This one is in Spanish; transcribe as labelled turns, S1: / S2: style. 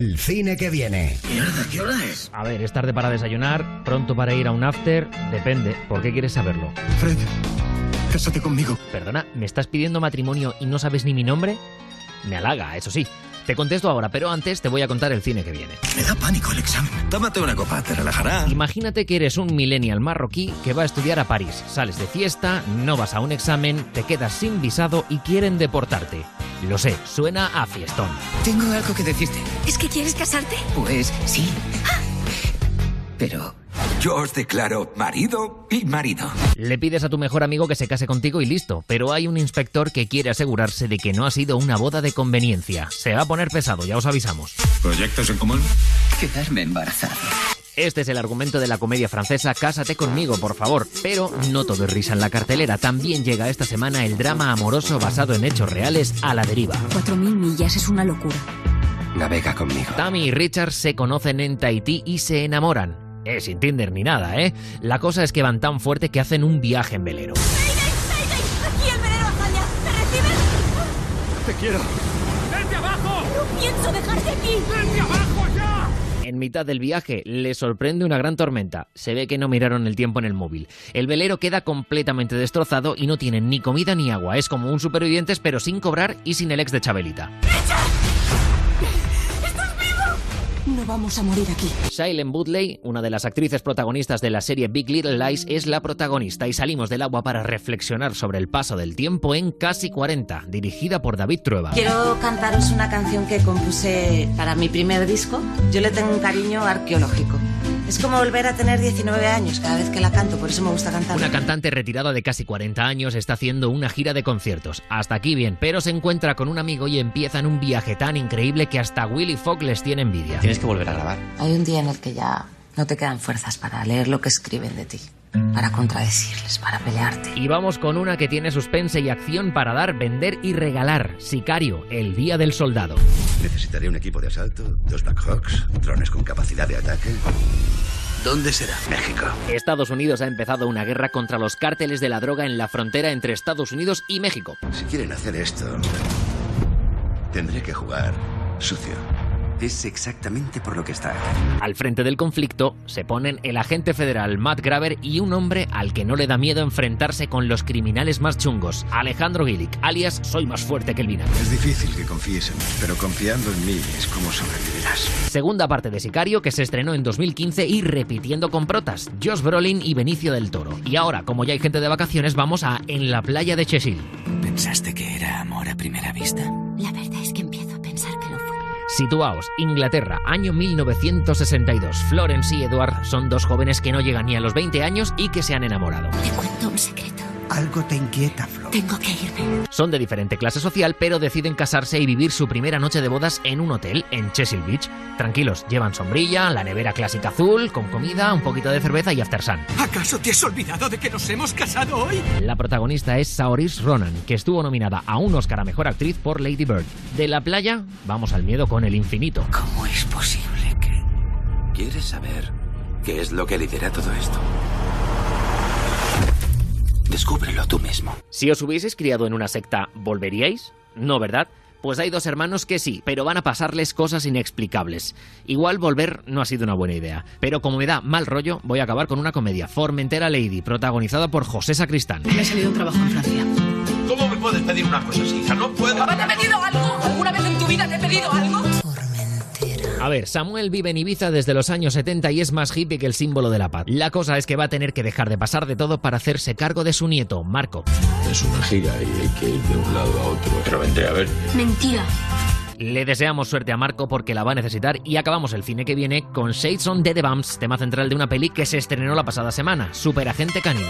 S1: El cine que viene.
S2: Mierda, ¿qué hora es?
S3: A ver, es tarde para desayunar, pronto para ir a un after, depende. ¿Por qué quieres saberlo?
S2: Fred, cásate conmigo.
S3: Perdona, ¿me estás pidiendo matrimonio y no sabes ni mi nombre? Me halaga, eso sí. Te contesto ahora, pero antes te voy a contar el cine que viene.
S2: Me da pánico el examen.
S4: Tómate una copa, te relajará.
S3: Imagínate que eres un millennial marroquí que va a estudiar a París. Sales de fiesta, no vas a un examen, te quedas sin visado y quieren deportarte. Lo sé, suena a fiestón.
S5: Tengo algo que decirte.
S6: ¿Es que quieres casarte?
S5: Pues sí. Pero
S4: Yo os declaro marido y marido.
S3: Le pides a tu mejor amigo que se case contigo y listo, pero hay un inspector que quiere asegurarse de que no ha sido una boda de conveniencia. Se va a poner pesado, ya os avisamos.
S4: ¿Proyectos en común?
S5: quedarme embarazado.
S3: Este es el argumento de la comedia francesa Cásate conmigo, por favor. Pero no todo es risa en la cartelera. También llega esta semana el drama amoroso basado en hechos reales a la deriva.
S6: 4.000 millas es una locura.
S4: Navega conmigo.
S3: Tammy y Richard se conocen en Tahití y se enamoran. Eh, sin Tinder ni nada, ¿eh? La cosa es que van tan fuerte que hacen un viaje en velero.
S6: ¡Aquí el veneno falla! ¿Me recibes?
S2: Te quiero.
S6: ¡Pienso dejarte aquí!
S3: En mitad del viaje le sorprende una gran tormenta. Se ve que no miraron el tiempo en el móvil. El velero queda completamente destrozado y no tienen ni comida ni agua. Es como un supervivientes pero sin cobrar y sin el ex de Chabelita.
S6: No vamos a morir aquí.
S3: Silent Woodley, una de las actrices protagonistas de la serie Big Little Lies, es la protagonista y salimos del agua para reflexionar sobre el paso del tiempo en Casi 40, dirigida por David Trueba.
S7: Quiero cantaros una canción que compuse para mi primer disco. Yo le tengo un cariño arqueológico. Es como volver a tener 19 años cada vez que la canto, por eso me gusta cantarla.
S3: Una cantante retirada de casi 40 años está haciendo una gira de conciertos. Hasta aquí bien, pero se encuentra con un amigo y empiezan un viaje tan increíble que hasta Willy Fogg les tiene envidia.
S8: Tienes que volver a grabar.
S7: Hay un día en el que ya no te quedan fuerzas para leer lo que escriben de ti, para contradecirles, para pelearte.
S3: Y vamos con una que tiene suspense y acción para dar, vender y regalar. Sicario, el día del soldado.
S9: Necesitaré un equipo de asalto, dos Black Hawks, drones con capacidad de ataque.
S2: ¿Dónde será?
S9: México.
S3: Estados Unidos ha empezado una guerra contra los cárteles de la droga en la frontera entre Estados Unidos y México.
S9: Si quieren hacer esto, tendré que jugar sucio.
S4: Es exactamente por lo que está.
S3: Al frente del conflicto se ponen el agente federal Matt Graver y un hombre al que no le da miedo enfrentarse con los criminales más chungos, Alejandro Gillick, alias Soy más fuerte que el vinagre.
S9: Es difícil que confíes en mí, pero confiando en mí es como sobrevivirás.
S3: Segunda parte de Sicario que se estrenó en 2015 y repitiendo con protas, Josh Brolin y Benicio del Toro. Y ahora, como ya hay gente de vacaciones, vamos a En la playa de Chesil.
S8: ¿Pensaste que era amor a primera vista?
S6: La verdad es que empiezo a pensar que lo fue.
S3: Situaos, Inglaterra, año 1962. Florence y Edward son dos jóvenes que no llegan ni a los 20 años y que se han enamorado.
S6: Te cuento un secreto.
S2: Algo te inquieta, Flo.
S6: Tengo que irme.
S3: Son de diferente clase social, pero deciden casarse y vivir su primera noche de bodas en un hotel en Chesil Beach. Tranquilos, llevan sombrilla, la nevera clásica azul, con comida, un poquito de cerveza y after sun.
S2: ¿Acaso te has olvidado de que nos hemos casado hoy?
S3: La protagonista es Saoirse Ronan, que estuvo nominada a un Oscar a Mejor Actriz por Lady Bird. De la playa, vamos al miedo con el infinito.
S4: ¿Cómo es posible que... ¿Quieres saber qué es lo que lidera todo esto? Descúbrelo tú mismo.
S3: Si os hubieseis criado en una secta, ¿volveríais? No, ¿verdad? Pues hay dos hermanos que sí, pero van a pasarles cosas inexplicables. Igual volver no ha sido una buena idea. Pero como me da mal rollo, voy a acabar con una comedia, Formentera Lady, protagonizada por José Sacristán.
S5: Me ha salido un trabajo en Francia.
S4: ¿Cómo me puedes pedir una cosa así? No puedo.
S5: ¿Te he pedido algo? ¿Alguna vez en tu vida te he pedido algo?
S3: A ver, Samuel vive en Ibiza desde los años 70 y es más hippie que el símbolo de la paz. La cosa es que va a tener que dejar de pasar de todo para hacerse cargo de su nieto, Marco.
S10: Es una gira y hay que ir de un lado a otro. Pero vendré a ver.
S6: Mentira.
S3: Le deseamos suerte a Marco porque la va a necesitar y acabamos el cine que viene con Shades on the Bumps, tema central de una peli que se estrenó la pasada semana, Superagente Canino.